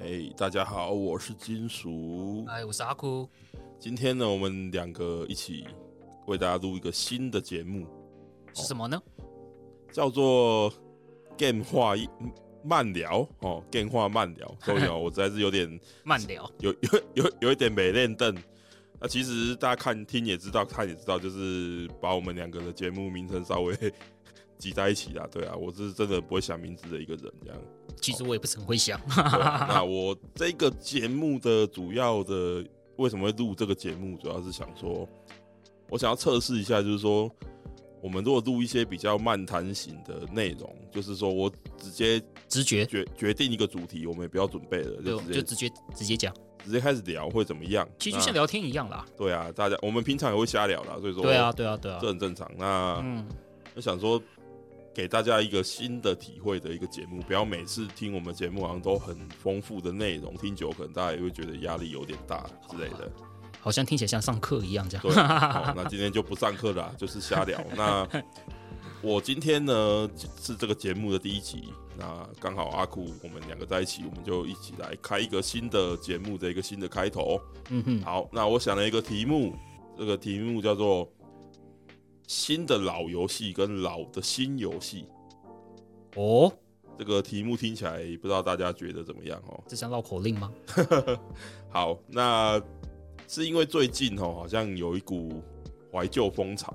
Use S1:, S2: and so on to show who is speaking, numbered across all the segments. S1: 哎大家好，我是金属。
S2: 哎，我是阿酷，
S1: 今天呢，我们两个一起为大家录一个新的节目，哦
S2: 是什么呢？
S1: 叫做 “Game 化一慢聊”哦，“Game 化慢聊”。所以哦，我实在是有点
S2: 慢聊，
S1: 有有有有一点没练凳。那其实大家看听也知道，看也知道，就是把我们两个的节目名称稍微 挤在一起啦。对啊，我是真的不会想名字的一个人，这样。
S2: 其实我也不是很会想。
S1: 对啊那我这个节目的主要的为什么会录这个节目，主要是想说，我想要测试一下，就是说，我们如果录一些比较漫谈型的内容，就是说我直接
S2: 直觉，
S1: 决决定一个主题，我们也不要准备了，
S2: 对，
S1: 就
S2: 我
S1: 直
S2: 们
S1: 接啊
S2: 就直接直接讲，
S1: 直接开始聊会怎么样？
S2: 其实
S1: 那
S2: 就像聊天一样啦。
S1: 对啊，大家我们平常也会瞎聊啦，所以说
S2: 对啊，，对啊，对啊
S1: 哦这。很正常。那
S2: 嗯，
S1: 我想说，给大家一个新的体会的一个节目，不要每次听我们节目好像都很丰富的内容，听久可能大家也会觉得压力有点大之类的。
S2: 好像听起来像上课一样这样。
S1: 对，好，那今天就不上课了啊，就是瞎聊。那我今天呢是这个节目的第一集，那刚好阿酷我们两个在一起，我们就一起来开一个新的节目的一个新的开头。
S2: 嗯哼，
S1: 好，那我想了一个题目，这个题目叫做“新的老游戏跟老的新游戏”。
S2: 哦，
S1: 这个题目听起来不知道大家觉得怎么样哦？
S2: 这像绕口令吗？
S1: 好，那是因为最近哦，好像有一股怀旧风潮，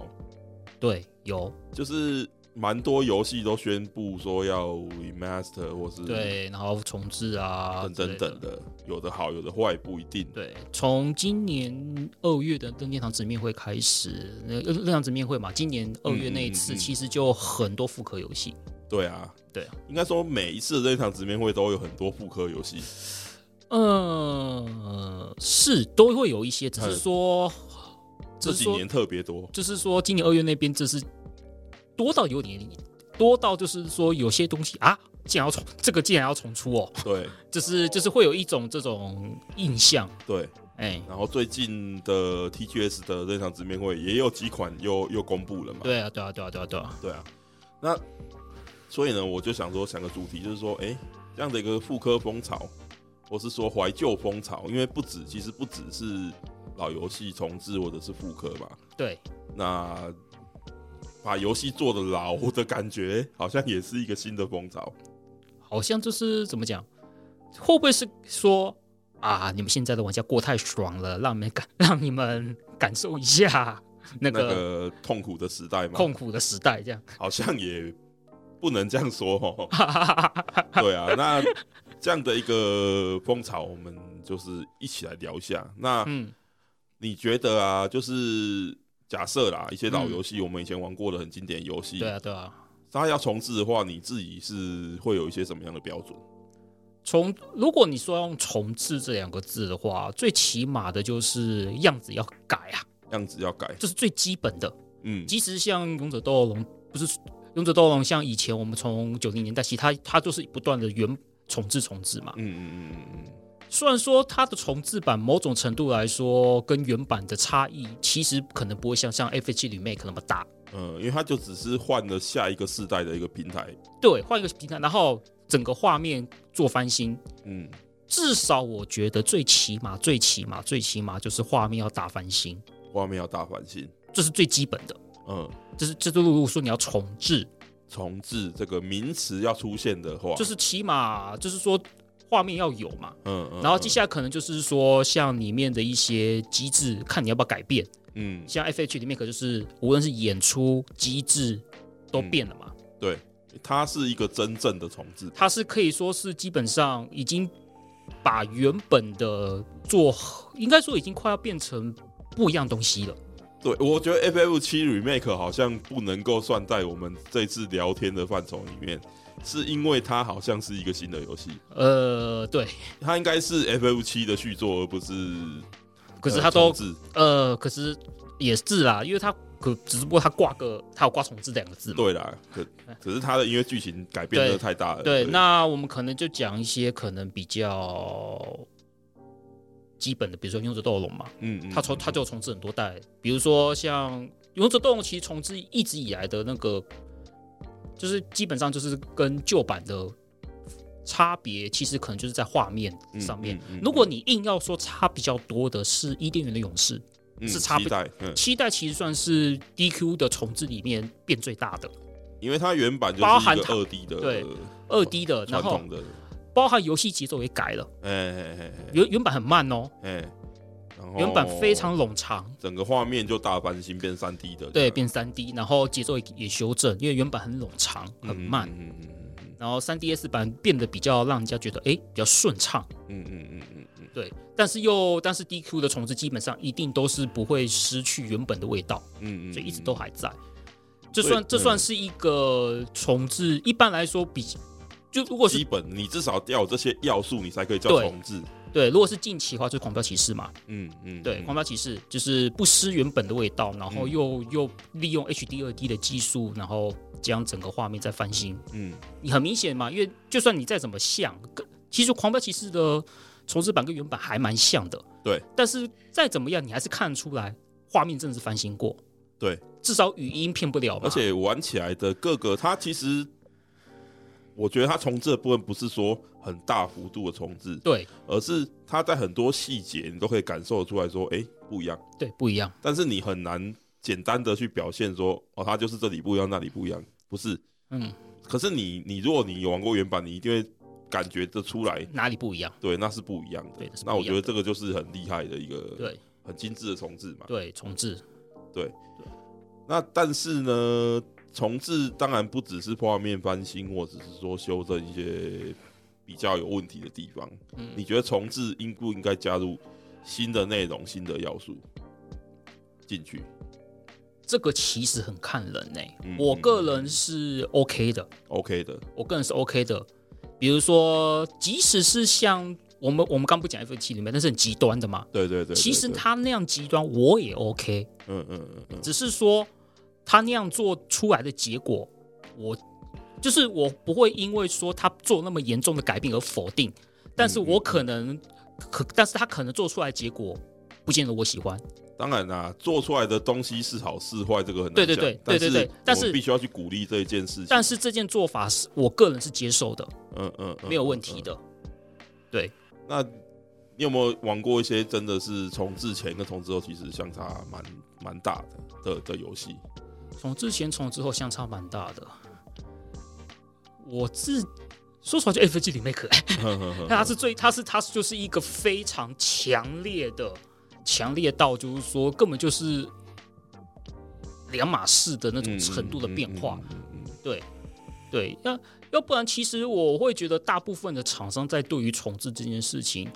S2: 对，有，
S1: 就是蛮多游戏都宣布说要 remaster 或是
S2: 对，然后重置啊，
S1: 嗯等等等
S2: 之类的。
S1: 的，有的好，有的坏，不一定。
S2: 对，从今年二月的任天堂直面会开始，那任天堂直面会嘛，今年二月那一
S1: 嗯嗯
S2: 次
S1: 嗯嗯
S2: 其实就很多复刻游戏。
S1: 对啊，
S2: 对啊，
S1: 应该说每一次的这场直面会都有很多复刻游戏，
S2: 呃，是都会有一些，只是说，
S1: 嗯这
S2: 只是
S1: 几
S2: 说
S1: 年，特别多。
S2: 就是说，今年二月那边这是多到有点多到，就是说有些东西啊，竟然要重这个竟然要重出哦，
S1: 对
S2: 就是就是会有一种这种印象，
S1: 对，
S2: 哎，
S1: 然后最近的 TGS 的这场直面会也有几款又又公布了嘛。
S2: 对啊，对啊，对啊，对啊，对啊，
S1: 对啊，那所以呢，我就想说想个主题，就是说，哎、这样的一个复刻风潮，或是说怀旧风潮，因为不止，其实不只是老游戏重置或者是复刻嘛，
S2: 对，
S1: 那把游戏做的老的感觉，好像也是一个新的风潮。
S2: 好像就是怎么讲，会不会是说啊，你们现在的玩家过太爽了，让你们感让你们感受一下那
S1: 那
S2: 个
S1: 个痛苦的时代嘛，
S2: 痛苦的时代，这样。
S1: 好像也不能这样说 哦。对啊，那这样的一个风潮，我们就是一起来聊一下。那
S2: 嗯，
S1: 你觉得啊，就是假设啦，一些老游戏我们以前玩过的很经典游戏，
S2: 对啊，对啊。
S1: 它要重置的话，你自己是会有一些什么样的标准？
S2: 重，如果你说用“重置”这两个字的话，最起码的就是样子要改啊，
S1: 样子要改，
S2: 这是最基本的。
S1: 嗯，
S2: 其实像《勇者斗恶龙》，不是《勇者斗恶龙》，像以前我们从九零年代起，它它就是不断的原重置重置嘛。
S1: 嗯嗯嗯嗯嗯，
S2: 虽然说它的重置版某种程度来说跟原版的差异，其实可能不会像像 F 七 remake 那么大。
S1: 呃，因为它就只是换了下一个世代的一个平台，
S2: 对，换一个平台，然后整个画面做翻新，
S1: 嗯，
S2: 至少我觉得最起码、最起码、最起码就是画面要大翻新，
S1: 画面要大翻新，
S2: 这是最基本的。
S1: 嗯，
S2: 这是这都如果说你要重置，
S1: 重置这个名词要出现的话，
S2: 就是起码就是说画面要有嘛。
S1: 嗯，嗯
S2: 然后接下来可能就是说，像里面的一些机制，看你要不要改变。
S1: 嗯，
S2: 像 F H 里面可就是无论是演出机制都变了嘛，
S1: 对，它是一个真正的重置，
S2: 它是可以说是基本上已经把原本的做，应该说已经快要变成不一样东西了。
S1: 对，我觉得 FF 七 Remake 好像不能够算在我们这次聊天的范畴里面，是因为它好像是一个新的游戏，
S2: 呃，对，
S1: 它应该是 FF 七的续作，而不是。
S2: 可是
S1: 呃
S2: 它都
S1: 重置
S2: 呃，可是也是啦，因为它可只不过它挂个它有挂重置两个字嘛。
S1: 对啦，可可是它的因为剧情改变的太大了。
S2: 嗯对，那我们可能就讲一些可能比较基本的，比如说《勇者斗龙》嘛，
S1: 嗯嗯，
S2: 它重它就重置很多代，比如说像《勇者斗龙》，其实重置一直以来的那个，就是基本上就是跟旧版的差别其实可能就是在画面
S1: 嗯
S2: 上面。
S1: 嗯嗯
S2: 如果你硬要说差比较多的是伊甸园的勇士，
S1: 嗯
S2: 是差不
S1: 期待，嗯，
S2: 期待其实算是 DQ 的重置里面变最大的
S1: 因为它原版就是
S2: 包含
S1: 一个
S2: 它
S1: 二 D 的，
S2: 对二 D 的，然
S1: 传
S2: 后
S1: 统的，
S2: 包含游戏节奏也改了，
S1: 哎哎哎哎
S2: 原原版很慢哦，
S1: 哎，然后
S2: 原版非
S1: 哦
S2: 常冗长，
S1: 整个画面就大翻新变三 D 的，
S2: 对，变三 D，然后节奏也也修正，因为原版很冗长
S1: 嗯
S2: 很慢，，
S1: 嗯嗯嗯嗯
S2: 然后三 DS 版变得比较让人家觉得诶比较顺畅，
S1: 嗯嗯嗯嗯嗯
S2: 对，但是又但是 DQ 的重置基本上一定都是不会失去原本的味道，
S1: 嗯嗯，
S2: 所以一直
S1: 嗯
S2: 都还在。这
S1: 所以
S2: 算这
S1: 嗯
S2: 算是一个重置，一般来说比就如果是
S1: 基本你至少要有这些要素，你才可以叫
S2: 对
S1: 重置，
S2: 对，如果是近期的话，就是《狂飙骑士》嘛。
S1: 嗯嗯，
S2: 对，《
S1: 嗯
S2: 狂飙骑士》就是不失原本的味道，然后又、又利用 HD 二 D 的技术，然后将整个画面再翻新。
S1: 嗯
S2: 你很明显嘛，因为就算你再怎么像，跟其实《狂飙骑士》的重置版跟原版还蛮像的。
S1: 对，
S2: 但是再怎么样，你还是看得出来画面真的是翻新过。
S1: 对，
S2: 至少语音骗不了嘛。
S1: 而且玩起来的各个，它其实我觉得它重置的部分不是说很大幅度的重置，
S2: 对
S1: 而是它在很多细节你都可以感受得出来说，哎、不一样。
S2: 对不一样，
S1: 但是你很难简单的去表现说，哦，它就是这里不一样，那里不一样，不是。
S2: 嗯，
S1: 可是你你如果你有玩过原版，你一定会感觉得出来，
S2: 哪里不一样？
S1: 对，那是不一样的。
S2: 对那是不
S1: 那我
S2: 一
S1: 觉
S2: 样
S1: 得这个就是很厉害的一个，
S2: 对
S1: 很精致的重置嘛。
S2: 对，重置
S1: 那但是呢，重置当然不只是画面翻新，或者是说修正一些比较有问题的地方。
S2: 嗯
S1: 你觉得重置应不应该加入新的内容、新的要素进去？
S2: 这个其实很看人呢、
S1: 嗯
S2: 我
S1: 嗯
S2: 个
S1: 嗯
S2: 人是 OK 的，
S1: OK 的，
S2: 我个人是 OK 的。比如说，即使是像我们我们刚不讲 F 七里面，那是很极端的嘛。
S1: 对对对对
S2: 其实
S1: 对
S2: 他那样极端我也 OK，
S1: 嗯嗯嗯嗯，
S2: 只是说他那样做出来的结果，我就是我不会因为说他做那么严重的改变而否定，但是
S1: 嗯嗯
S2: 我可能可，但是他可能做出来的结果不见得我喜欢。
S1: 当然啦，做出来的东西是好是坏，这个很难
S2: 对对
S1: 讲
S2: 对对对对但
S1: 我
S2: 是
S1: 们必须要去鼓励这一件事情。
S2: 但是这件做法是我个人是接受的，
S1: 嗯嗯，嗯
S2: 没有问题。
S1: 嗯
S2: 的。
S1: 嗯那你有没有玩过一些真的是重置前跟重置后其实相差蛮蛮大的的的游戏？
S2: 从之前从之后相差蛮大的。我自说实话，就 F G 里面可爱，
S1: 哼哼哼
S2: 它是最，它是它就是一个非常强烈的，强烈到就是说根本就是两码事的那种程度的变化。
S1: 嗯嗯嗯嗯嗯
S2: 对，要要不然其实我会觉得大部分的厂商在对于重置这件事情，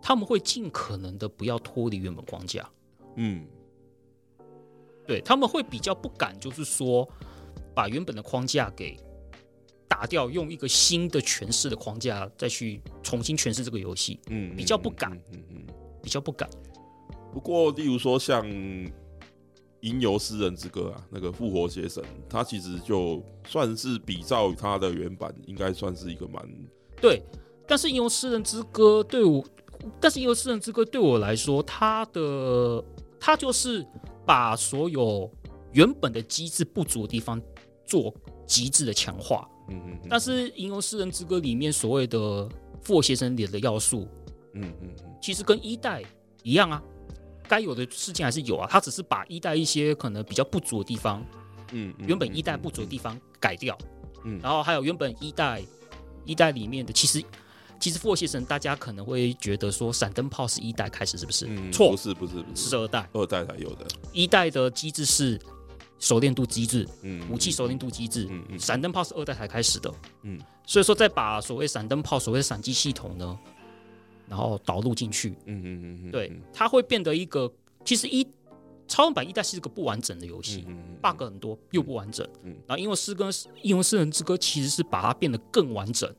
S2: 他们会尽可能的不要脱离原本框架。
S1: 嗯，
S2: 对他们会比较不敢，就是说把原本的框架给打掉，用一个新的诠释的框架再去重新诠释这个游戏，
S1: 嗯嗯
S2: 比较不敢
S1: 嗯嗯嗯
S2: 比较不敢。
S1: 不过，例如说像《吟游诗人之歌》啊，那个《复活邪神》，它其实就算是比照它的原版，应该算是一个蛮
S2: 对，但是《吟游诗人之歌》对我，但是《吟游诗人之歌》对我来说，它的它就是把所有原本的机制不足的地方做极致的强化。
S1: 嗯嗯嗯
S2: 但是《吟游诗人之歌》里面所谓的复活邪神里的要素，
S1: 嗯嗯嗯
S2: 其实跟一代一样啊，该有的事情还是有啊，他只是把一代一些可能比较不足的地方，
S1: 嗯嗯，
S2: 原本一代不足的地方改掉，
S1: 嗯
S2: 然后还有原本一代一代里面的，其实其实复活邪神大家可能会觉得说闪灯泡是一代开始是不是？
S1: 嗯
S2: 错
S1: 不，是不是不
S2: 是
S1: 是
S2: 二代，
S1: 二代才有的，
S2: 一代的机制是熟练度机制，
S1: 嗯，
S2: 武器熟练度机制，
S1: 嗯，嗯嗯，
S2: 闪灯炮是二代才开始的，
S1: 嗯，
S2: 所以说再把所谓闪灯炮、所谓闪击系统呢，然后导入进去，
S1: 嗯嗯嗯嗯，
S2: 对
S1: 嗯，
S2: 它会变得一个，其实一超人版一代是一个不完整的游戏、
S1: 嗯
S2: b u g 很多又不完整。
S1: 嗯
S2: 然后因为诗跟英文诗人之歌其实是把它变得更完整，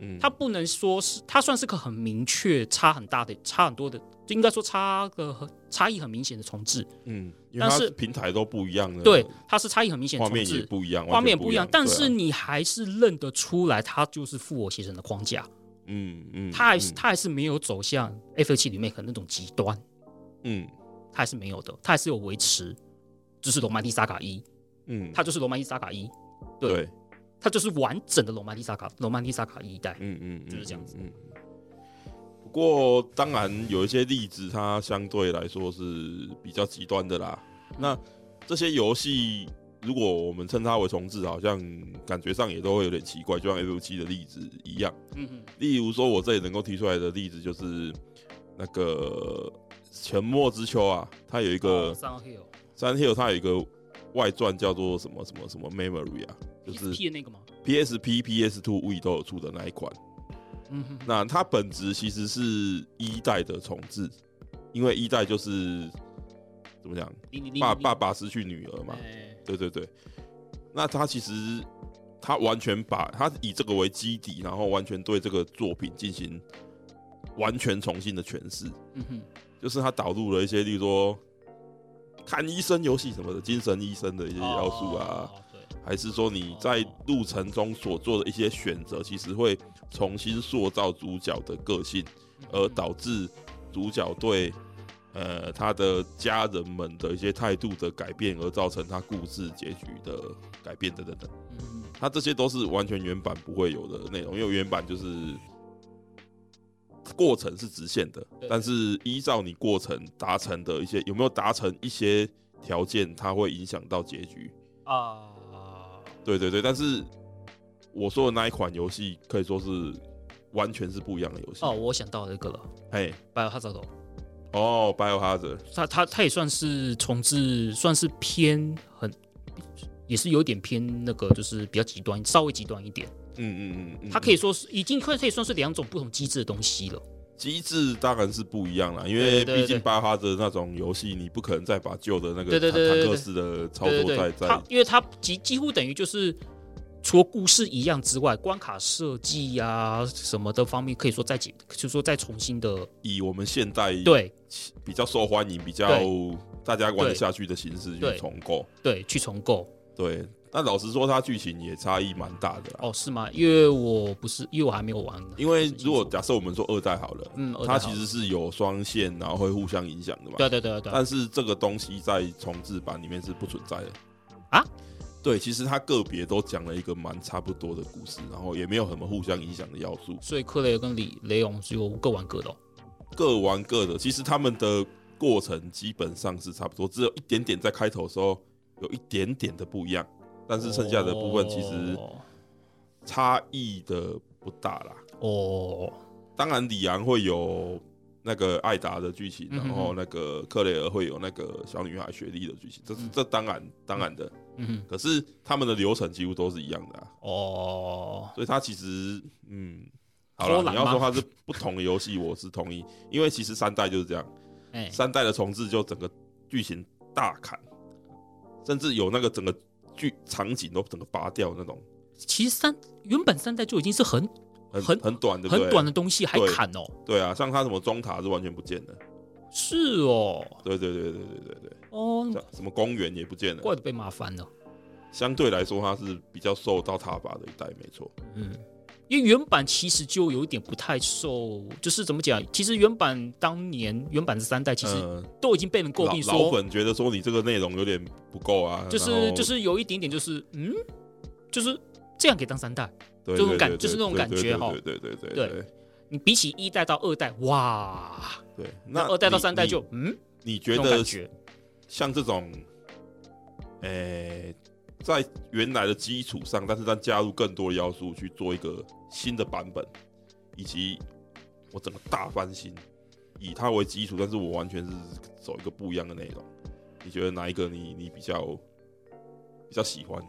S1: 嗯
S2: 它不能说是它算是个很明确差很大的差很多的，就应该说差个很差异很明显的重置。
S1: 嗯，因为
S2: 但
S1: 它
S2: 是
S1: 平台都不一样的，
S2: 对，它是差异很明显
S1: 嗯
S2: 的
S1: 画
S2: 重
S1: 面也
S2: 置。
S1: 不一样，
S2: 画面也
S1: 完全不
S2: 不一样，但是
S1: 对啊
S2: 你还是认得出来，它就是复活邪神的框架，
S1: 嗯嗯，
S2: 它还是
S1: 嗯
S2: 它还是没有走向 F 七里面可能那种极端，
S1: 嗯
S2: 它还是没有的，它还是有维持，就是罗曼蒂萨卡一，
S1: 嗯，
S2: 它就是罗曼蒂萨卡一，对
S1: 对，
S2: 它就是完整的罗曼蒂萨卡罗曼蒂萨卡一代。
S1: 嗯嗯，嗯
S2: 就是这样子。
S1: 嗯。嗯不过，当然有一些例子，它相对来说是比较极端的啦。那这些游戏，如果我们称它为重置，好像感觉上也都会有点奇怪，就像 F 七的例子一样。
S2: 嗯嗯，
S1: 例如说，我这里能够提出来的例子就是那个《沉默之丘》啊，它有一个《
S2: Sun 哦 Hill
S1: 三 Hill》，它有一个外传叫做什么什么什么 Memory 啊，就是
S2: PSP 的那个吗？
S1: PSP、PS Two、We 都有出的那一款。
S2: 嗯哼哼，
S1: 那它本质其实是一代的重置，因为一代就是怎么讲，
S2: 零零零
S1: 爸爸爸失去女儿嘛，
S2: 哎
S1: 对对对。那他其实他完全把他以这个为基底，然后完全对这个作品进行完全重新的诠释，
S2: 嗯哼，
S1: 就是他导入了一些，例如说看医生游戏什么的，精神医生的一些要素啊。
S2: 哦，对，
S1: 还是说你在路程中所做的一些选择，其实会重新塑造主角的个性，而导致主角对呃他的家人们的一些态度的改变，而造成他故事结局的改变等等等。
S2: 嗯
S1: 他这些都是完全原版不会有的内容，因为原版就是过程是直线的，
S2: 对
S1: 但是依照你过程达成的一些有没有达成一些条件，它会影响到结局。
S2: 啊，
S1: 对对对，但是我说的那一款游戏可以说是完全是不一样的游戏。
S2: 哦，，我想到一个了，
S1: 嘿，
S2: 白尔哈扎德，
S1: 哦，Biohazard，
S2: 他他他也算是重置，算是偏很，也是有点偏那个，就是比较极端，稍微极端一点。
S1: 嗯嗯嗯嗯，
S2: 它可以说是已经快可以算是两种不同机制的东西了。
S1: 机制当然是不一样啦，因
S2: 对
S1: 为
S2: 对对
S1: 毕竟 Biohazard 那种游戏，你不可能再把旧的那个
S2: 对对
S1: 坦
S2: 对对
S1: 坦
S2: 对
S1: 克式的操
S2: 对
S1: 作
S2: 对
S1: 再
S2: 对，
S1: 再
S2: 它因为它几几乎等于就是除了故事一样之外，关卡设计呀、什么的方面，可以说再解，就是说再重新的
S1: 以我们现代
S2: 对
S1: 比较受欢迎、比较大家玩得下去的形式
S2: 对
S1: 去重构。
S2: 对去重构。
S1: 对，那老实说，它剧情也差异蛮大的啦。
S2: 哦，是吗？因为我不是，因为我还没有玩呢。
S1: 因为如果假设我们说二代好了，
S2: 嗯二代
S1: 它
S2: 好
S1: 其实是有双线，然后会互相影响的嘛。
S2: 对啊对啊对啊对啊，
S1: 但是这个东西在重置版里面是不存在的
S2: 啊。
S1: 对，其实它个别都讲了一个蛮差不多的故事，然后也没有什么互相影响的要素，
S2: 所以克雷尔跟李雷勇只有各玩各的、哦。
S1: 各玩各的。其实他们的过程基本上是差不多，只有一点点在开头的时候有一点点的不一样，但是剩下的部分其实
S2: 哦
S1: 差异的不大啦。
S2: 哦，
S1: 当然，里昂会有那个艾达的剧情，
S2: 嗯哼
S1: 然后那个克雷尔会有那个小女孩雪莉的剧情，这是这当然当然的。
S2: 嗯哼，
S1: 可是他们的流程几乎都是一样的、啊，
S2: 哦，
S1: 所以它其实嗯，好
S2: 偷
S1: 了，
S2: 懒
S1: 你要
S2: 吗
S1: 说它是不同的游戏，我是同意，因为其实三代就是这样，
S2: 哎、
S1: 三代的重置就整个剧情大砍，甚至有那个整个剧场景都整个拔掉那种，
S2: 其实三原本三代就已经是很
S1: 很
S2: 很
S1: 很短，对不对？
S2: 很短的东西，还
S1: 对
S2: 砍哦，
S1: 对啊，像它什么中塔是完全不见的，
S2: 是哦，
S1: 对对对对对对对，
S2: 哦，
S1: 像什么公园也不见了，
S2: 怪得被麻烦了，
S1: 相对来说它是比较受到塔巴的一代，没错，
S2: 嗯。因为原版其实就有一点不太受，就是怎么讲？其实原版当年原版的三代其实
S1: 嗯
S2: 都已经被人诟病
S1: 老老
S2: 说，
S1: 粉觉得说你这个内容有点不够啊，
S2: 就是
S1: 然后
S2: 就是有一点点就是嗯，就是这样可以当三代。
S1: 对
S2: 这种
S1: 对
S2: 感
S1: 对
S2: 就是那种
S1: 对
S2: 感
S1: 对
S2: 觉
S1: 对
S2: 哈
S1: 对对对
S2: 对
S1: 对
S2: 你比起一代到二代，哇，
S1: 对。
S2: 那
S1: 那
S2: 二代到
S1: 你
S2: 三代
S1: 你
S2: 就嗯，
S1: 你
S2: 这
S1: 觉
S2: 种感
S1: 得
S2: 觉
S1: 像这种，诶，在原来的基础上，但是再加入更多的要素去做一个新的版本，以及我整个大翻新，以它为基础，但是我完全是走一个不一样的内容。你觉得哪一个你你比较比较喜欢？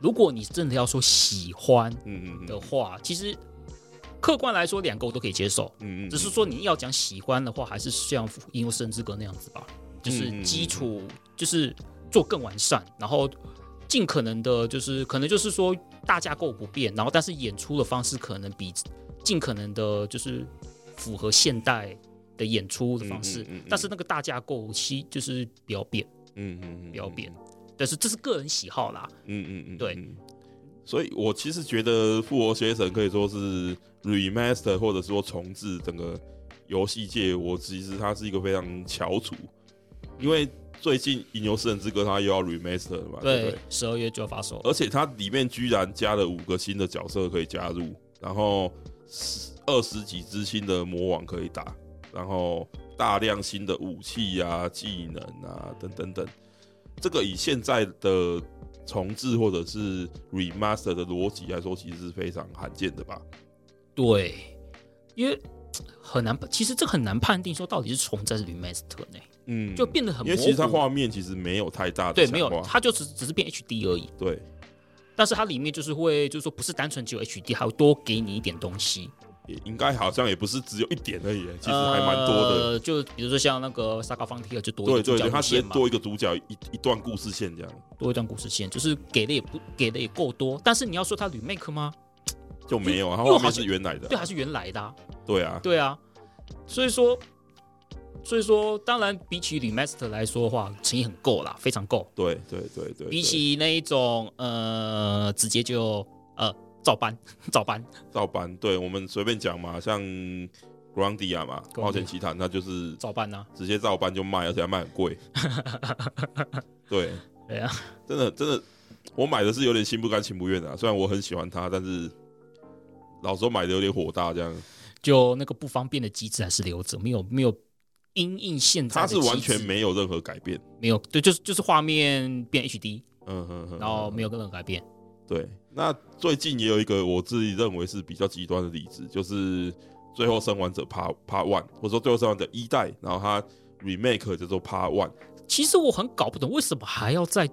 S2: 如果你真的要说喜欢
S1: 嗯嗯嗯
S2: 的话，其实客观来说，两个我都可以接受。
S1: 嗯嗯，
S2: 只是说你要讲喜欢的话，还是像《因为圣之歌》那样子吧，
S1: 嗯
S2: 就是基础，就是做更完善，然后尽可能的，就是可能就是说大架构不变，然后但是演出的方式可能比尽可能的，就是符合现代的演出的方
S1: 嗯
S2: 式
S1: 嗯嗯嗯，
S2: 但是那个大架构其就是不要变，
S1: 嗯嗯嗯
S2: 不要变。但是这是个人喜好啦，
S1: 嗯嗯嗯，
S2: 对
S1: 嗯。所以我其实觉得《复活邪神》可以说是 remaster 或者说重置整个游戏界，我其实它是一个非常翘楚，因为最近《吟游诗人之歌》它又要 remaster 了嘛？啊对不
S2: 对
S1: 对。，
S2: 十二月就发售了。
S1: 而且它里面居然加了五个新的角色可以加入，然后十二十几只新的魔王可以打，然后大量新的武器啊、技能啊等等等。这个以现在的重置或者是 remaster 的逻辑来说，其实是非常罕见的吧？
S2: 对，因为很难，其实这个很难判定说到底是重置还是 remaster 呢、
S1: 嗯，
S2: 就变得很
S1: 因
S2: 模
S1: 为
S2: 糊。
S1: 其实它画面其实没有太大的
S2: 对，
S1: 强
S2: 没有，
S1: 化
S2: 它就只只是变 HD 而已。
S1: 对，
S2: 但是它里面就是会，就是说不是单纯只有 HD，还会多给你一点东西，
S1: 也应该好像也不是只有一点而已，其实还蛮多的。
S2: 呃。就比如说像那个《沙高方提尔》，就多一
S1: 对
S2: 个
S1: 对
S2: 主角
S1: 对，
S2: 路
S1: 它直接
S2: 线嘛，
S1: 多一个主角一一段故事线这样，
S2: 多一段故事线，就是给的也不给的也够多。但是你要说它 remake 吗？
S1: 就没有，它
S2: 因为
S1: 画
S2: 我
S1: 面
S2: 好像
S1: 是原来的
S2: 对，
S1: 啊，
S2: 还是原来的、啊。
S1: 对啊，
S2: 对啊，所以说，所以说，当然比起 remaster 来说的话，诚意很够啦，非常够。
S1: 对对对对对，
S2: 比起那一种呃，直接就呃照搬 照搬，
S1: 盗版，对我们随便讲嘛，像 Grandia 嘛，《
S2: Grandia
S1: 冒险奇谭》，它就是
S2: 照搬啊，
S1: 直接照搬就卖，而且还卖很 贵。对，
S2: 对啊，
S1: 真的真的，我买的是有点心不甘情不愿的啊、虽然我很喜欢它，但是老时候买的有点火大，这样。
S2: 就那个不方便的机制还是留着，没有没有因应现在
S1: 它
S2: 的
S1: 是完全
S2: 机制
S1: 没有任何改变，
S2: 没有，对，就是就是画面变 HD，
S1: 嗯嗯嗯，
S2: 然后
S1: 嗯
S2: 没有任何改变。
S1: 对，那最近也有一个我自己认为是比较极端的例子，就是《最后生还者 Part Part One》，或者说《最后生还者一代》，然后它 remake 叫做 Part One。
S2: 其实我很搞不懂为什么还要在。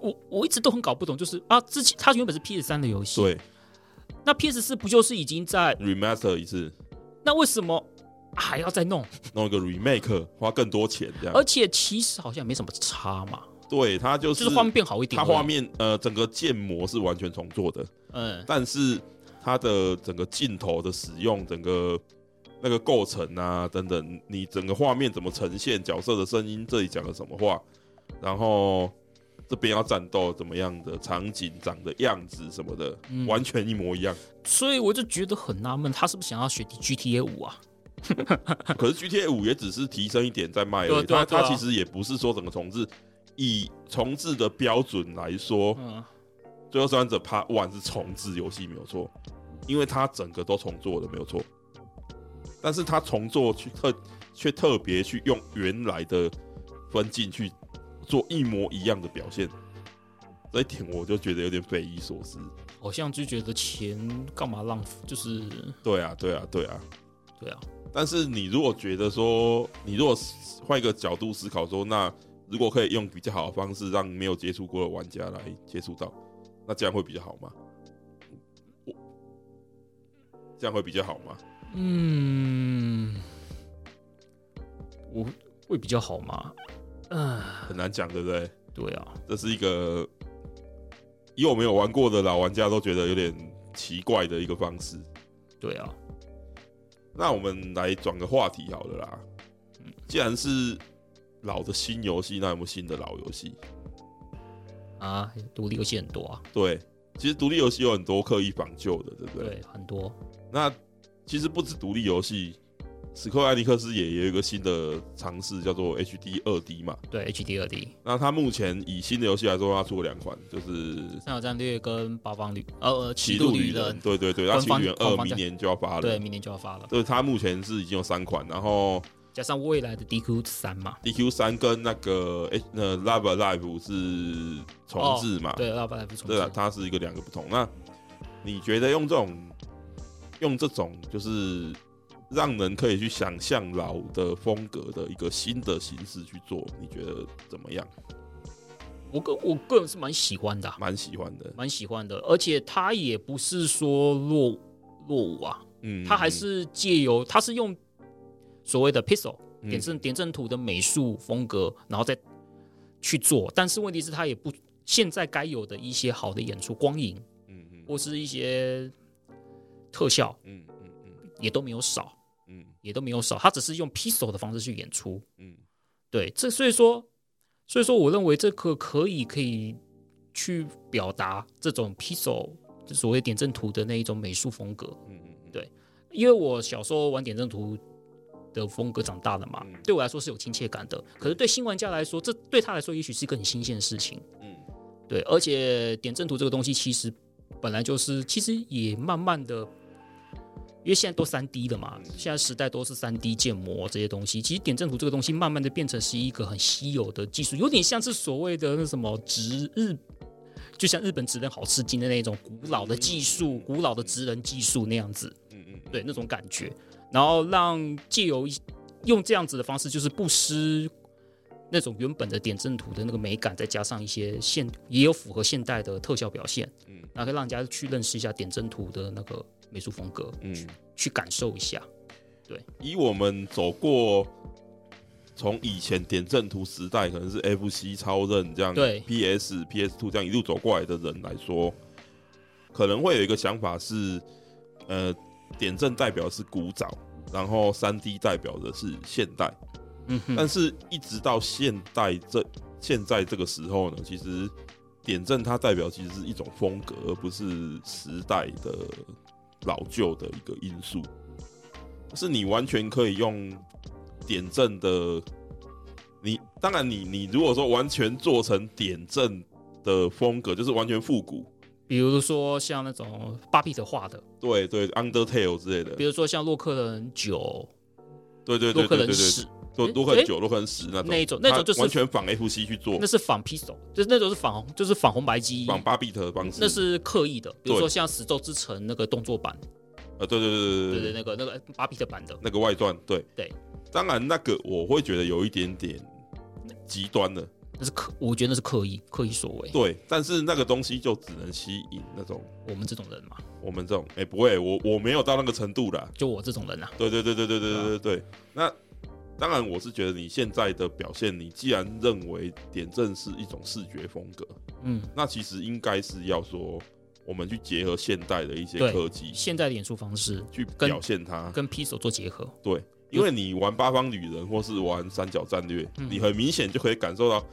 S2: 我我一直都很搞不懂，就是啊，之前它原本是 PS 三的游戏，
S1: 对
S2: 那 PS 四不就是已经在？
S1: ，remaster 一次，
S2: 那为什么还要再弄？
S1: 弄一个 remake，花更多钱这样
S2: 而。且其实好像也没什么差嘛，
S1: 对，它就
S2: 就是是画面变好一点
S1: 它
S2: 而已。
S1: 画面呃整个建模是完全重做的，
S2: 嗯，
S1: 但是它的整个镜头的使用，整个那个构成啊等等，你整个画面怎么呈现，角色的声音，这里讲了什么话，然后这边要战斗怎么样的场景长的样子什么的，
S2: 嗯
S1: 完全一模一样。
S2: 所以我就觉得很纳闷，他是不是想要学 GTA 五啊？
S1: 可是 GTA 五也只是提升一点在卖
S2: 对
S1: 而
S2: 啊
S1: 已，
S2: 对啊
S1: 它
S2: 对
S1: 它
S2: 啊
S1: 其实也不是说整个重置。以重置的标准来说，
S2: 嗯，
S1: 《最后生还者 Part One》是重置游戏没有错，因为它整个都重做的没有错，但是它重做去特却特别去用原来的分镜去做一模一样的表现，这一点我就觉得有点匪夷所思。
S2: 好像就觉得钱干嘛浪费，就是
S1: 对啊，对啊，对啊。
S2: 对啊，
S1: 但是你如果觉得说，你如果换一个角度思考说，那如果可以用比较好的方式让没有接触过的玩家来接触到，那这样会比较好吗？我这样会比较好吗？
S2: 嗯，我会比较好嘛。嗯、
S1: 很难讲，对不对？
S2: 对啊，
S1: 这是一个以我没有玩过的老玩家都觉得有点奇怪的一个方式。
S2: 对啊，
S1: 那我们来转个话题好了啦。既然是老的新游戏，那有没有新的老游戏？
S2: 啊，独立游戏很多啊，
S1: 对，其实独立游戏有很多刻意仿旧的，对不对？
S2: 对，很多。
S1: 那其实不止独立游戏，史克艾尼克斯也也有一个新的尝试，叫做 HD 二 D 嘛。
S2: 对 HD 二 D
S1: 那它目前以新的游戏来说，它出了两款，就是《
S2: 三角战略跟八方旅呃呃
S1: 骑
S2: 骑
S1: 路
S2: 路
S1: 旅
S2: 旅
S1: 人
S2: 人》，，
S1: 对对对，那《
S2: 官
S1: 骑路旅
S2: 方
S1: 人二
S2: 官》方
S1: 明
S2: 的
S1: 年就要发了。
S2: 对，明年就要发了，
S1: 对，它目前是已经有三款，然后
S2: 加上未来的 DQ 三嘛，
S1: DQ 三跟那个诶，那 Love Live 是重置嘛？
S2: 哦对，要不然不重
S1: 对啊，
S2: 置。
S1: 它是一个两个不同。那你觉得用这种用这种就是让人可以去想象老的风格的一个新的形式去做，你觉得怎么样？
S2: 我个我个人是蛮喜欢的啊、
S1: 蛮喜欢的，
S2: 蛮喜欢的，而且它也不是说落落伍啊，
S1: 嗯，
S2: 它还是借由它是用所谓的 pixel
S1: 嗯
S2: 点阵点阵图的美术风格，然后再去做，但是问题是它也不现在该有的一些好的演出光影
S1: 嗯嗯
S2: 或是一些特效
S1: 嗯嗯
S2: 也都没有少，
S1: 嗯
S2: 也都没有少，它只是用 pixel 的方式去演出，
S1: 嗯
S2: 对，这所以说，所以说，我认为这个可以可以去表达这种 pixel 就所谓点阵图的那一种美术风格。
S1: 嗯嗯，
S2: 因为我小时候玩点阵图，的风格长大的嘛
S1: 嗯，
S2: 对我来说是有亲切感的。可是对新玩家来说，这对他来说也许是一个很新鲜的事情。
S1: 嗯，
S2: 对，而且点阵图这个东西其实本来就是，其实也慢慢的，因为现在都三 D 了嘛
S1: 嗯，
S2: 现在时代都是三 D 建模这些东西，其实点阵图这个东西慢慢的变成是一个很稀有的技术，有点像是所谓的那什么职日。就像日本职人好吃惊的那种古老的技术、古老的职人技术那样子，
S1: 嗯嗯，
S2: 对那种感觉，然后让借由一用这样子的方式，就是不失那种原本的点阵图的那个美感，再加上一些现也有符合现代的特效表现，
S1: 嗯
S2: 然后可以让人家去认识一下点阵图的那个美术风格，
S1: 嗯，
S2: 去感受一下。
S1: 以我们走过从以前点阵图时代，可能是 FC 超任这样，
S2: 对
S1: ，PS、PS Two 这样一路走过来的人来说，可能会有一个想法是，呃，点阵代表的是古早，然后三 D 代表的是现代，
S2: 嗯哼，
S1: 但是一直到现代这现在这个时候呢，其实点阵它代表其实是一种风格，而不是时代的老旧的一个因素。是你完全可以用点阵的，你当然你你如果说完全做成点阵的风格，就是完全复古，
S2: 比如说像那种巴比特画的，
S1: 对对，Undertale 之类的，
S2: 比如说像洛克人九、
S1: 对对
S2: 洛
S1: 对
S2: 克
S1: 对对
S2: 人
S1: 对，
S2: 十，
S1: 多多
S2: 诶
S1: 很久，多很十那种，
S2: 那一种那种
S1: 它
S2: 就是
S1: 完全仿 FC 去做
S2: 那，是仿 P 手，就是那种是仿就是仿红白机，
S1: 仿巴比特的方式，
S2: 那是刻意的。比如
S1: 对
S2: 说像《十周之城》那个动作版，
S1: 呃，对对对
S2: 对
S1: 对
S2: 对，那个那个巴比特版的，
S1: 那个外传，对
S2: 对，
S1: 当然那个我会觉得有一点点极端了，
S2: 那是刻，我觉得那是刻意刻意所为。
S1: 对，但是那个东西就只能吸引那种
S2: 我们这种人嘛，
S1: 我们这种，哎、不会，我我没有到那个程度啦，
S2: 就我这种人啊，
S1: 对对对对对对对对对，那。当然，我是觉得你现在的表现，你既然认为点阵是一种视觉风格，
S2: 嗯，
S1: 那其实应该是要说，我们去结合现代的一些
S2: 对
S1: 科技
S2: 现在的演出方式
S1: 去
S2: 跟
S1: 表现它。
S2: 跟 P 手做结合，
S1: 对，因为你玩八方旅人或是玩三角战略，
S2: 嗯
S1: 你很明显就可以感受到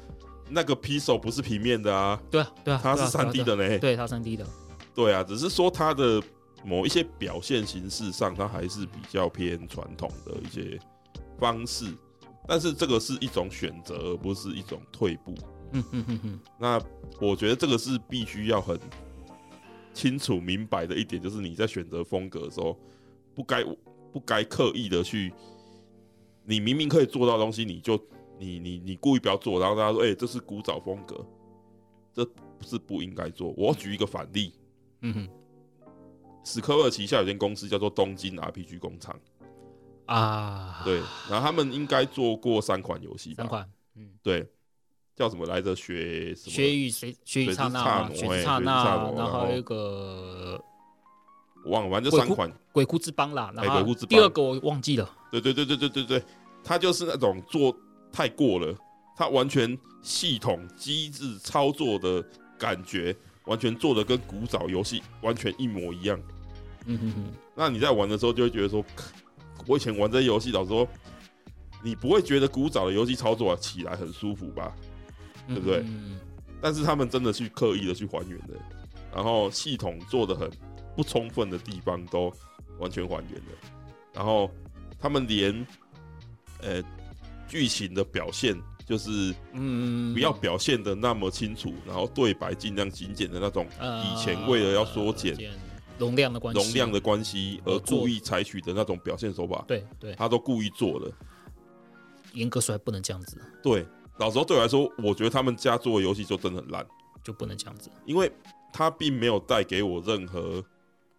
S1: 那个 p i x e 不是平面的啊，
S2: 对啊，对啊，
S1: 它
S2: 对
S1: 是
S2: 啊对啊
S1: 三 D
S2: 对
S1: 的
S2: 啊
S1: 呢。
S2: 对，它三 D 的，
S1: 对啊，只是说它的某一些表现形式上，它还是比较偏传统的一些方式，但是这个是一种选择，而不是一种退步。
S2: 嗯嗯嗯嗯，
S1: 那我觉得这个是必须要很清楚明白的一点，就是你在选择风格的时候，不该不该刻意的去，你明明可以做到的东西，你就你你你故意不要做，然后大家说，哎、这是古早风格，这是不应该做。我举一个反例，
S2: 嗯哼
S1: 史克威尔旗下有间公司叫做东京 RPG 工厂，
S2: 啊，
S1: 对，然后他们应该做过三款游戏吧，
S2: 三款，嗯，
S1: 对，叫什么来着？学什么？
S2: 血与谁？血与刹那
S1: 血之刹那哎血
S2: 嘛，血之刹
S1: 之刹
S2: 那
S1: 那，
S2: 然后
S1: 然后
S2: 还有一个
S1: 我忘了，反正就
S2: 鬼
S1: 三
S2: 哭
S1: 款。
S2: 鬼哭之邦啦，然
S1: 哎
S2: 后
S1: 鬼哭之邦
S2: 第二个我忘记了，
S1: 对对对对对对对，他就是那种做太过了，他完全系统机制操作的感觉，完全做的跟古早游戏完全一模一样。
S2: 嗯哼哼，
S1: 那你在玩的时候就会觉得说，我以前玩这些游戏，老实说，你不会觉得古早的游戏操作起来很舒服吧？
S2: 对
S1: 不对
S2: 嗯
S1: 但是他们真的去刻意的去还原的，然后系统做的很不充分的地方都完全还原了，然后他们连呃剧情的表现就是
S2: 嗯，
S1: 不要表现的那么清楚，然后对白尽量精简的那种
S2: 呃，
S1: 以前为了要缩减
S2: 容量的关系，
S1: 容量的关系而
S2: 我做
S1: 故意采取的那种表现手法，
S2: 对对，
S1: 他都故意做了。
S2: 严格说来不能这样子，
S1: 对，老实说对我来说，我觉得他们家做的游戏就真的很烂。
S2: 就不能这样子。
S1: 因为它并没有带给我任何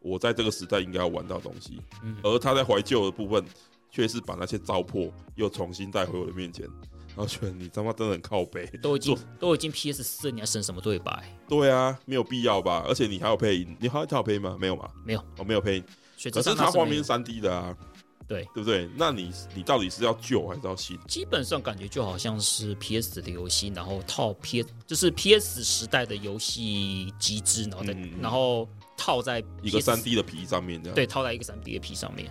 S1: 我在这个时代应该要玩到的东西，
S2: 嗯
S1: 而他在怀旧的部分却是把那些糟粕又重新带回我的面前，然后觉得你他妈真的很靠背，
S2: 都已经
S1: 做
S2: 都已经 PS 四，你还省什么对白？
S1: 对啊，没有必要吧？而且你还有配音，你还有配音吗？没有嘛？
S2: 没有，
S1: 哦，没有配音，
S2: 所以
S1: 可
S2: 这
S1: 是
S2: 上
S1: 它
S2: 是
S1: 画
S2: 没
S1: 面
S2: 有
S1: 是三 D 的啊，
S2: 对，
S1: 对不对？那你你到底是要旧还是要新？
S2: 基本上感觉就好像是 PS 的游戏，然后套 PS 就是 PS 时代的游戏机制，然后再、
S1: 嗯嗯嗯
S2: 然后套在 PS,
S1: 一个三 D 的皮上面这样，
S2: 对套在一个三 D 的皮上面。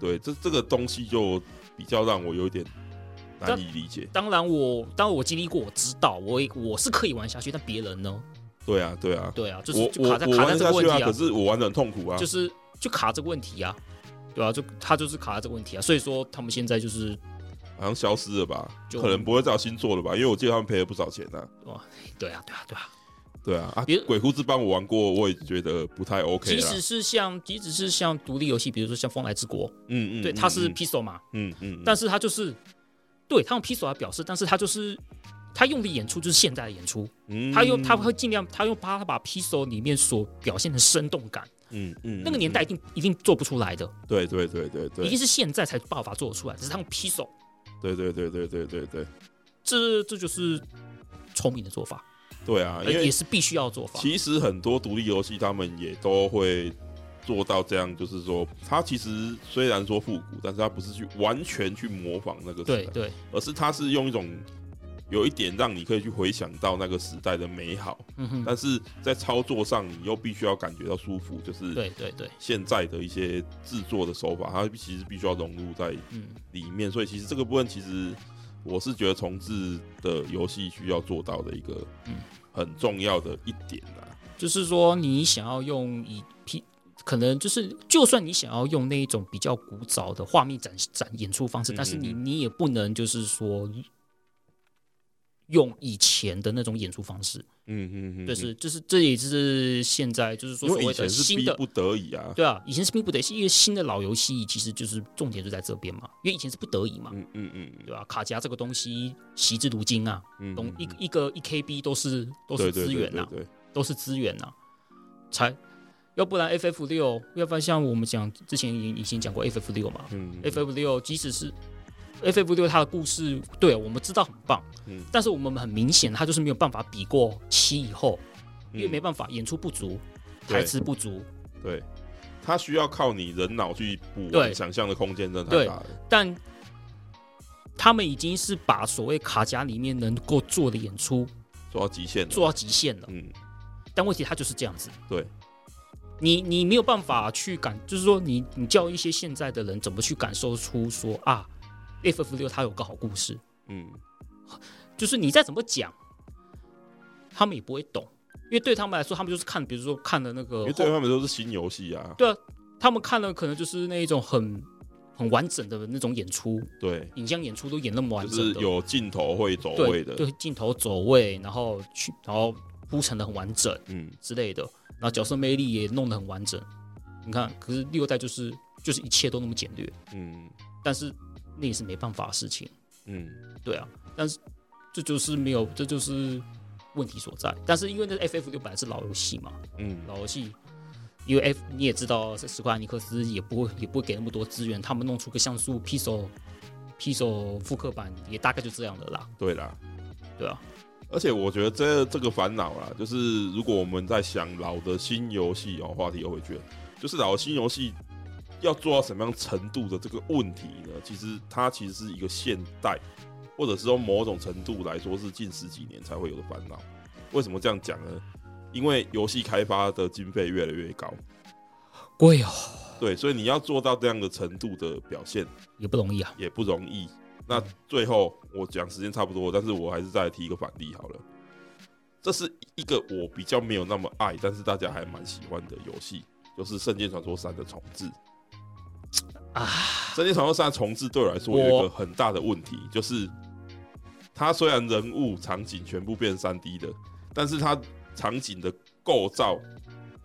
S1: 对，这这个东西就比较让我有点难以理解。
S2: 当然我当然我经历过，我知道我也我是可以玩下去，但别人呢？
S1: 对啊，对啊，
S2: 对啊，就是
S1: 我
S2: 就
S1: 我
S2: 卡在
S1: 我
S2: 卡在
S1: 玩
S2: 这
S1: 下
S2: 个问
S1: 去
S2: 题
S1: 可是我玩的很痛苦啊。
S2: 就是就卡这个问题啊。对吧、就他就是卡在这个问题啊，所以说他们现在就是
S1: 好像消失了吧？
S2: 就
S1: 可能不会找新做了吧？因为我记得他们赔了不少钱啊。
S2: 对啊，对啊，对啊。
S1: 对啊，啊
S2: 别，
S1: 鬼哭之帮我玩过，我也觉得不太 OK 啊
S2: 即
S1: 啦。
S2: 使是像即使是像独立游戏，比如说像《风来之国》，
S1: 嗯嗯，
S2: 对，
S1: 嗯
S2: 它是
S1: 嗯
S2: pistol 嘛，
S1: 嗯嗯，
S2: 但是它就是对他用 pistol 来表示，但是它就是他用的演出就是现代的演出，
S1: 嗯
S2: 他用他会尽量他用把他把 pistol 里面所表现的生动感，
S1: 嗯嗯
S2: 那个年代一定一定做不出来的，
S1: 嗯对对对对
S2: 一
S1: 对
S2: 定是现在才办法做得出来，只是他用 pistol，
S1: 对对对对对对对
S2: 这这就是聪明的做法，
S1: 对啊！
S2: 而
S1: 因为
S2: 也是必须要的做法。
S1: 其实很多独立游戏他们也都会做到这样，就是说，它其实虽然说复古，但是它不是去完全去模仿那个时代，
S2: 对对，
S1: 而是它是用一种有一点让你可以去回想到那个时代的美好，
S2: 嗯哼，
S1: 但是在操作上你又必须要感觉到舒服，就是
S2: 对对对，
S1: 现在的一些制作的手法，它其实必须要融入在
S2: 嗯，
S1: 里面，所以其实这个部分其实我是觉得重置的游戏需要做到的一个
S2: 嗯
S1: 很重要的一点啊啦。
S2: 就是说你想要用以 P，可能就是就算你想要用那一种比较古早的画面展展演出方式，
S1: 嗯
S2: 但是你
S1: 嗯
S2: 你也不能就是说。用以前的那种演出方式，
S1: 嗯嗯嗯，
S2: 就是就是这也是现在就是说
S1: 因
S2: 所
S1: 为以
S2: 谓的
S1: 前是
S2: 新
S1: 逼
S2: 的
S1: 不得已啊。
S2: 对啊，以前是逼不得已，是因为新的老游戏其实就是重点就在这边嘛，因为以前是不得已嘛，
S1: 嗯嗯嗯
S2: 对吧、卡夹这个东西，习之如今啊，
S1: 嗯，
S2: 懂
S1: 嗯
S2: 一一个一 KB 都是都
S1: 对
S2: 是
S1: 对
S2: 资
S1: 对
S2: 源呐、啊
S1: 对对，
S2: 都是资源呐、才要不然 FF 六，要不然像我们讲之前已已经讲过 FF 六嘛、
S1: 嗯
S2: f f 六即使是 FF 六它的故事，对我们知道很棒，
S1: 嗯
S2: 但是我们很明显它就是没有办法比过七以后，因为没
S1: 办
S2: 办法演出不足，
S1: 嗯对
S2: 台词不足，
S1: 法，对，它需要靠你人脑去补完，
S2: 对
S1: 想象的空间真的太
S2: 对
S1: 大了。
S2: 但他们已经是把所谓卡夹里面能够做的演出
S1: 做到极限了。
S2: 做到极限了。
S1: 嗯，
S2: 但问题它就是这样子，
S1: 对
S2: 你你没有办法去感，就是说你你叫一些现在的人怎么去感受出说啊，FF 六它有个好故事，
S1: 嗯，
S2: 就是你再怎么讲，他们也不会懂，因为对他们来说，他们就是看，比如说看了那
S1: 因
S2: 个
S1: 为对他们都是新游戏啊。
S2: 他们看了可能就是那一种很很完整的那种演出，
S1: 对，
S2: 影像演出都演那么完
S1: 就
S2: 整
S1: 是
S2: 的，
S1: 有镜头会走位
S2: 对
S1: 的。
S2: 对，镜头走位，然后去，然后铺陈的很完整
S1: 嗯，
S2: 之类的，然后角色魅力也弄得很完整。你看，可是六代就是就是一切都那么简略，
S1: 嗯
S2: 但是那也是没办法的事情，
S1: 嗯，
S2: 对啊，但是这就是没有，这就是问题所在。但是因为那 FF 六本来是老游戏嘛，
S1: 嗯，
S2: 老游戏。因为 F 你也知道，这史克安尼克斯也不会也不会给那么多资源，他们弄出个像素 p i x e l p i x e l 复刻版也大概就这样的啦，
S1: 对啦。
S2: 对啊，
S1: 而且我觉得这这个烦恼啦，就是如果我们在想老的新游戏哦，话题又回去了，就是老的新游戏要做到什么样程度的这个问题呢？其实它其实是一个现代，或者是说某种程度来说是近十几年才会有的烦恼。为什么这样讲呢？因为游戏开发的经费越来越高，
S2: 贵哦，
S1: 对，所以你要做到这样的程度的表现
S2: 也不容易啊。
S1: 也不容易。那最后我讲时间差不多，但是我还是再提一个反例好了。这是一个我比较没有那么爱，但是大家还蛮喜欢的游戏，就是《圣剑传说三》的重置。
S2: 啊，
S1: 《圣剑传说三》的重置对我来说有一
S2: 我
S1: 个很大的问题，就是它虽然人物场景全部变三 D 的，但是它场景的构造、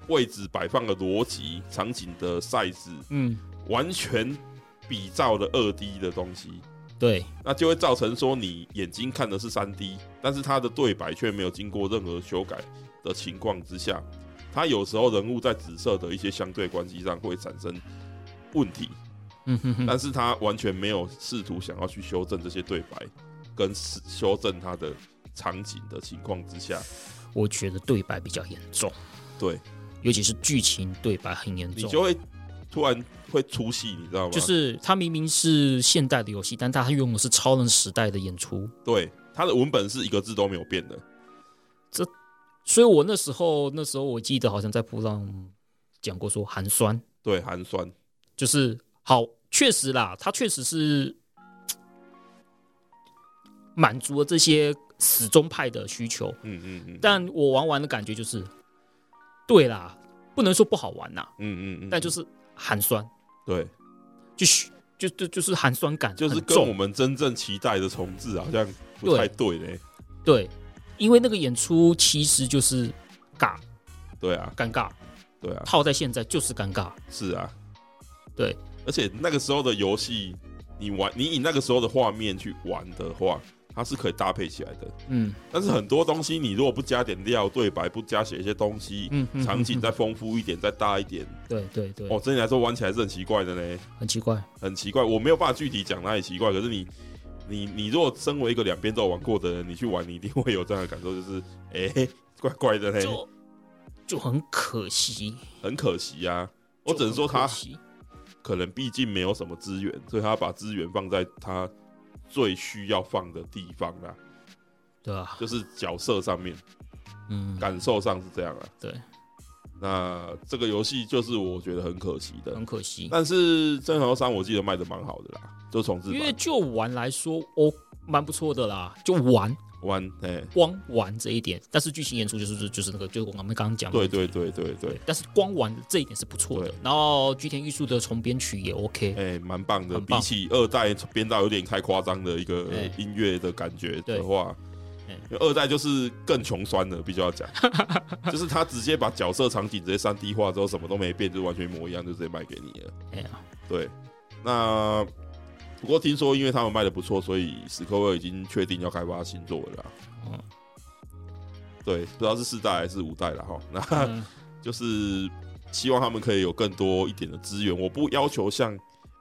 S1: 位置摆放的逻辑、场景的 size
S2: 嗯，
S1: 完全比照了二 D 的东西。
S2: 对，
S1: 那就会造成说你眼睛看的是三 D，但是它的对白却没有经过任何修改的情况之下，它有时候人物在紫色的一些相对关系上会产生问题，
S2: 嗯哼哼，
S1: 但是它完全没有试图想要去修正这些对白，跟是修正它的场景的情况之下，
S2: 我觉得对白比较严重，
S1: 对
S2: 尤其是剧情对白很严
S1: 你
S2: 重，
S1: 就会突然会出戏，你知道吗？
S2: 就是它明明是现代的游戏，但它用的是超人时代的演出，
S1: 对它的文本是一个字都没有变的，
S2: 所以我那时候那时候我记得好像在铺上讲过说寒酸，
S1: 对寒酸，
S2: 就是好，确实啦，它确实是嘖满足了这些死忠派的需求，
S1: 嗯嗯嗯，
S2: 但我玩完的感觉就是，对啦，不能说不好玩呐，
S1: 嗯嗯嗯，
S2: 但就是寒酸。
S1: 对
S2: 就嘘就就就是寒酸感很
S1: 就
S2: 重，
S1: 是跟我们真正期待的重置好像不太对嘞、
S2: 对，因为那个演出其实就是尬
S1: 对啊，
S2: 尴尬，
S1: 对啊，
S2: 套在现在就是尴尬，
S1: 是啊，
S2: 对。
S1: 而且那个时候的游戏，你玩你以那个时候的画面去玩的话，它是可以搭配起来的。
S2: 嗯
S1: 但是很多东西你如果不加点料、对白，不加写一些东西，
S2: 嗯，嗯
S1: 场景
S2: 嗯
S1: 再丰富一点、再大一点，
S2: 对对对，
S1: 哦，真的来说玩起来是很奇怪的呢，
S2: 很奇怪，
S1: 很奇怪。我没有办法具体讲哪里奇怪，可是你。你你如果身为一个两边都有玩过的人，你去玩，你一定会有这样的感受，就是哎、 怪怪的嘞，
S2: 就就很可惜。
S1: 很可惜啊。我
S2: 就
S1: 只能说
S2: 很可
S1: 他
S2: 惜
S1: 可能毕竟没有什么资源，所以他把资源放在他最需要放的地方啦，
S2: 对啊，
S1: 就是角色上面，
S2: 嗯，
S1: 感受上是这样啊。
S2: 对，
S1: 那这个游戏就是我觉得很可惜的，
S2: 很可惜，
S1: 但是《真头三》我记得卖的蛮好的啦，就重置
S2: 因为
S1: 版
S2: 就玩来说，哦，蛮不错的啦，就玩
S1: 玩，哎，
S2: 光玩这一点，但是剧情演出就是就是那个，就是我们刚刚讲的
S1: 对对对对对
S2: 对，，但是光玩这一点是不错的
S1: 对。
S2: 然后菊田玉树的重编曲也 OK，
S1: 哎，蛮棒的，
S2: 很棒
S1: 比起二代编到有点太夸张的一个
S2: 哎
S1: 音乐的感觉的话
S2: 对哎。
S1: 因为二代就是更穷酸了，必须要讲， 就是他直接把角色场景直接三 D 化之后，什么都没变，就完全一模一样，就直接卖给你了。
S2: 哎呀，
S1: 对，那不过听说因为他们卖的不错，所以史克威尔已经确定要开发新作了啦。
S2: 嗯
S1: 对，不知道是四代还是五代了哈。那、
S2: 嗯
S1: 就是希望他们可以有更多一点的资源。我不要求像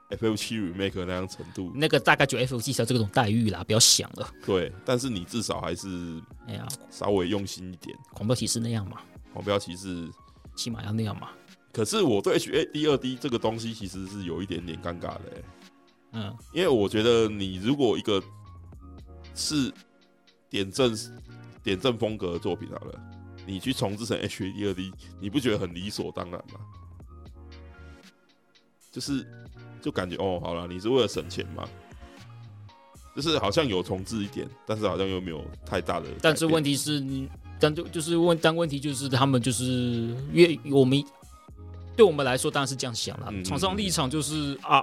S1: FF 七 Remake 那样程度，
S2: 那个大概就 F 技巧这种待遇啦，不要想了。
S1: 对，但是你至少还是
S2: 哎呀，
S1: 稍微用心一点，哦
S2: 狂飙骑士那样嘛，
S1: 黄标骑士。
S2: 起码要那样嘛。
S1: 可是我对 HAD 二 D 这个东西其实是有一点点尴尬的欸、
S2: 嗯，
S1: 因为我觉得你如果一个是点阵点阵风格的作品好了，你去重置成 HAD 二 D，你不觉得很理所当然吗？就是就感觉哦，好了，你是为了省钱嘛？就是好像有重置一点，但是好像又没有太大的改变。
S2: 但是问题是，你但就就是问，但问题就是他们就是越我们对我们来说当然是这样想了
S1: 嗯，
S2: 厂商立场就是啊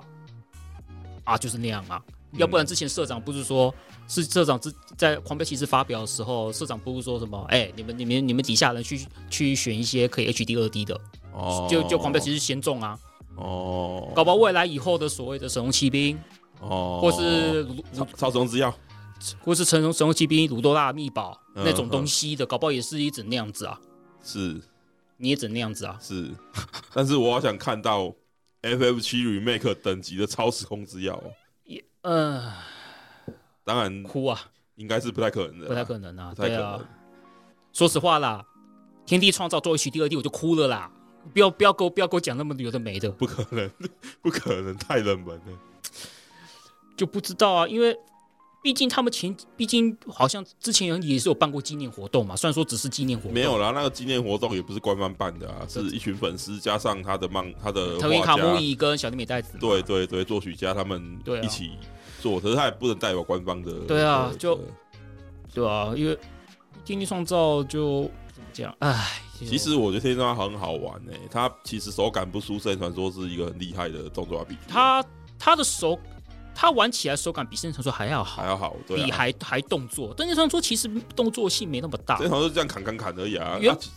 S2: 啊就是那样啊。
S1: 嗯
S2: 要不然之前社长不是说，是社长之在《狂飙骑士》发表的时候，社长不是说什么？哎、你们你们你们底下人去去选一些可以 HD 二 D 的，
S1: 哦
S2: 就就《狂飙骑士》先中啊，
S1: 哦，
S2: 搞不好未来以后的所谓的神龙骑兵，
S1: 哦，
S2: 或是鲁
S1: 超超中之药，
S2: 或是神龙神龙骑兵鲁多拉密宝
S1: 嗯
S2: 那种
S1: 嗯
S2: 东西的，搞不好也是一整那样子啊，
S1: 是
S2: 你也整那样子啊。
S1: 是， 但是我好想看到 FF 七 Remake 等级的超时空之钥哦、
S2: 嗯，
S1: 当然
S2: 哭啊，
S1: 应该是不太可能的啦，
S2: 不太可能啊，
S1: 不太
S2: 对
S1: 可
S2: 啊
S1: 能。
S2: 说实话啦，天地创造做 H D 二 D 我就哭了啦，不要不要给我不要给我讲那么有的没的，
S1: 不可能，不可能，太冷门了。
S2: 就不知道啊，因为毕竟他们前毕竟好像之前也是有办过纪念活动嘛，虽然说只是纪念活动，
S1: 没有啦，那个纪念活动也不是官方办的啊，是
S2: 这
S1: 一群粉丝加上他的漫，他的
S2: 藤原卡
S1: 画
S2: 木
S1: 家，
S2: 伊跟小林美代子嘛，
S1: 对对对，作曲家他们
S2: 对啊
S1: 一起做，可是他也不能代表官方的。
S2: 对啊
S1: 的
S2: 就
S1: 的
S2: 对啊，因为天地创造就怎么讲，唉，
S1: 其实我觉得《天上很好玩诶、它其实手感不输《圣传说》，是一个很厉害的动作啊 RPG，
S2: 他他的手他玩起来手感比圣传说还要好
S1: 还。要好，对、
S2: 比
S1: 啊。
S2: 还还动作，但是上说其实动作性没那么大
S1: 《天，上就这样砍砍砍而已啊。
S2: 原
S1: 啊其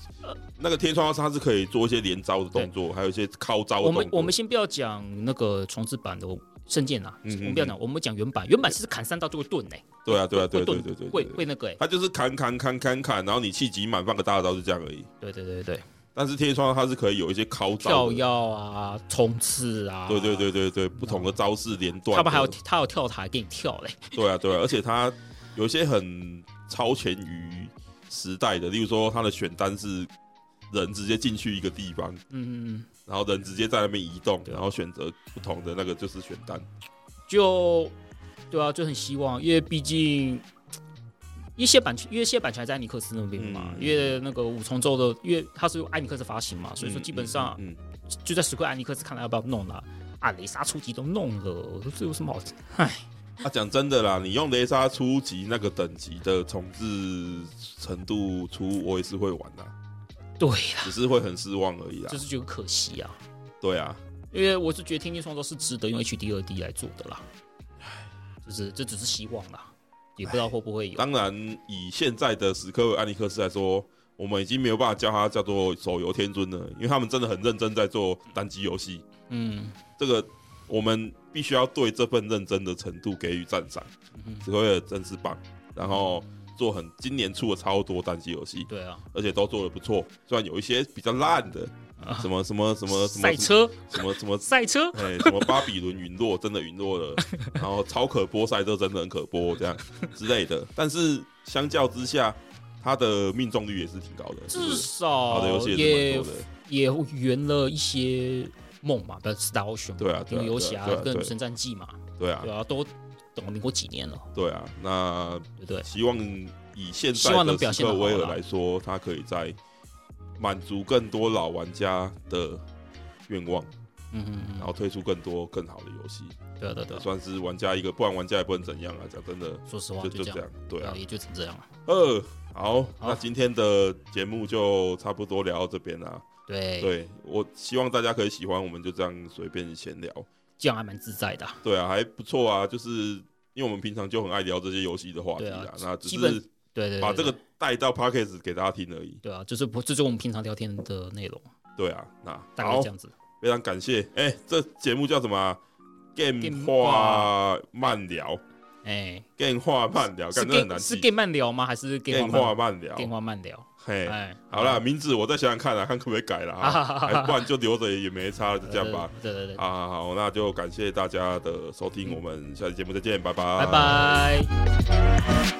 S1: 那个天窗它是可以做一些连招的动作，还有一些靠招的
S2: 我
S1: 动作。
S2: 们我们先不要讲那个重置版的圣剑啊，
S1: 嗯嗯嗯
S2: 我们不要讲，我们讲原版，原版其实砍三刀就会盾呢、
S1: 对啊对啊对对
S2: 会盾
S1: 对对对，
S2: 会
S1: 对
S2: 会那个哎、
S1: 他就是砍砍砍砍砍，然后你气急满放个大招就这样而已。
S2: 对对对对，
S1: 但是天窗它是可以有一些高招
S2: 跳
S1: 的，
S2: 跃啊，冲刺啊，
S1: 对对，对对对，不同的招式连段的，
S2: 他们还有他有跳台给你跳嘞、
S1: 对啊对啊，而且它有一些很超前于时代的，例如说它的选单是人直接进去一个地方，
S2: 嗯，嗯，
S1: 然后人直接在那边移动，
S2: 对
S1: 然后选择不同的那个就是选单，
S2: 就对啊，就很希望，因为毕竟。因为谢版权，因为谢版权还在艾尼克斯那边嘛，
S1: 嗯
S2: 因为那个五重奏的，因为它是由艾尼克斯发行嘛，所以说
S1: 嗯
S2: 基本上
S1: 嗯，嗯
S2: 就在史克艾尼克斯看来要不要弄了啊？雷莎初级都弄了，我说这有什么好？唉，
S1: 那、嗯啊讲真的啦，你用雷莎初级那个等级的重置程度出，我也是会玩的，啊
S2: 对啦，啊
S1: 只是会很失望而已啦
S2: 就。是觉得可惜啊。
S1: 对啊，
S2: 因为我是觉得天天创作是值得用 HD 二 D 来做的啦。就是这只是希望啦，也不知道会不会有。
S1: 当然，以现在的史克威安利克斯来说，我们已经没有办法叫它叫做手游天尊了，因为他们真的很认真在做单机游戏。
S2: 嗯，
S1: 这个我们必须要对这份认真的程度给予赞赏。
S2: 嗯
S1: 史克威尔真是棒，然后做很今年出了超多单机游戏，
S2: 对啊，
S1: 而且都做的不错。虽然有一些比较烂的，什么什么什么什么
S2: 啊赛车，
S1: 什么什么。
S2: 赛车，
S1: 哎、什么巴比伦陨落真的陨落了，然后超可波赛这真的很可波这样之类的，但是相较之下，它的命中率也是挺高的，
S2: 至
S1: 是好的
S2: 少
S1: 游戏也是
S2: 也
S1: 蛮多的。
S2: 也圆了一些梦嘛，不是 Star Ocean，
S1: 对啊，对啊，
S2: 因为游
S1: 对
S2: 侠
S1: 啊，对啊，
S2: 跟
S1: 对啊
S2: 神战记嘛，
S1: 对啊
S2: 对，啊，都等了民国几年了，
S1: 对啊。那
S2: 对不对？
S1: 希望以现
S2: 希
S1: 在
S2: 望能
S1: 的
S2: 表
S1: 斯
S2: 现
S1: 克
S2: 得好
S1: 威尔
S2: 啦
S1: 来说，他可以在满足更多老玩家的愿望，
S2: 嗯嗯
S1: 然
S2: 嗯，
S1: 后推出更多更好的游戏，
S2: 对啊对啊对啊，
S1: 算是玩家一个，不然玩家也不能怎样啊。讲真的，
S2: 说实话
S1: 就
S2: 就
S1: 就
S2: 这
S1: 这
S2: 样，
S1: 样，对啊
S2: 啊，。也就只这样了。
S1: 呃，好，那今天的节目就差不多聊到这边啦。
S2: 对，
S1: 对我希望大家可以喜欢，我们就这样随便闲聊。
S2: 这样还蛮自在的啊，
S1: 对啊，还不错啊，就是因为我们平常就很爱聊这些游戏的话题
S2: 对
S1: 啦
S2: 啊，
S1: 那只
S2: 基本
S1: 是
S2: 对对，
S1: 把
S2: 对
S1: 这个
S2: 对
S1: 带到 p o d c a s t 给大家听而已。
S2: 对啊，就是不，这就是我们平常聊天的内容，
S1: 对啊，那
S2: 嗯大概
S1: 好
S2: 是这，样子。
S1: 非常感谢。哎，这节目叫什么啊？Game
S2: Game
S1: 话慢聊
S2: 哎，
S1: ，Game 话慢聊，
S2: 是
S1: 感觉很难
S2: game 是
S1: 记。
S2: game 慢聊吗？还是 game
S1: Game
S2: 话
S1: 话慢聊
S2: 慢，game 话慢聊？
S1: 嘿，
S2: 哎，
S1: 好啦，名字我再想想看啦，看可不可以改了啊？哎，不然就留着也没差，就这样吧。
S2: 对对对，
S1: 啊，好，那就感谢大家的收听，我们下期节目再见，拜拜，
S2: 拜。拜。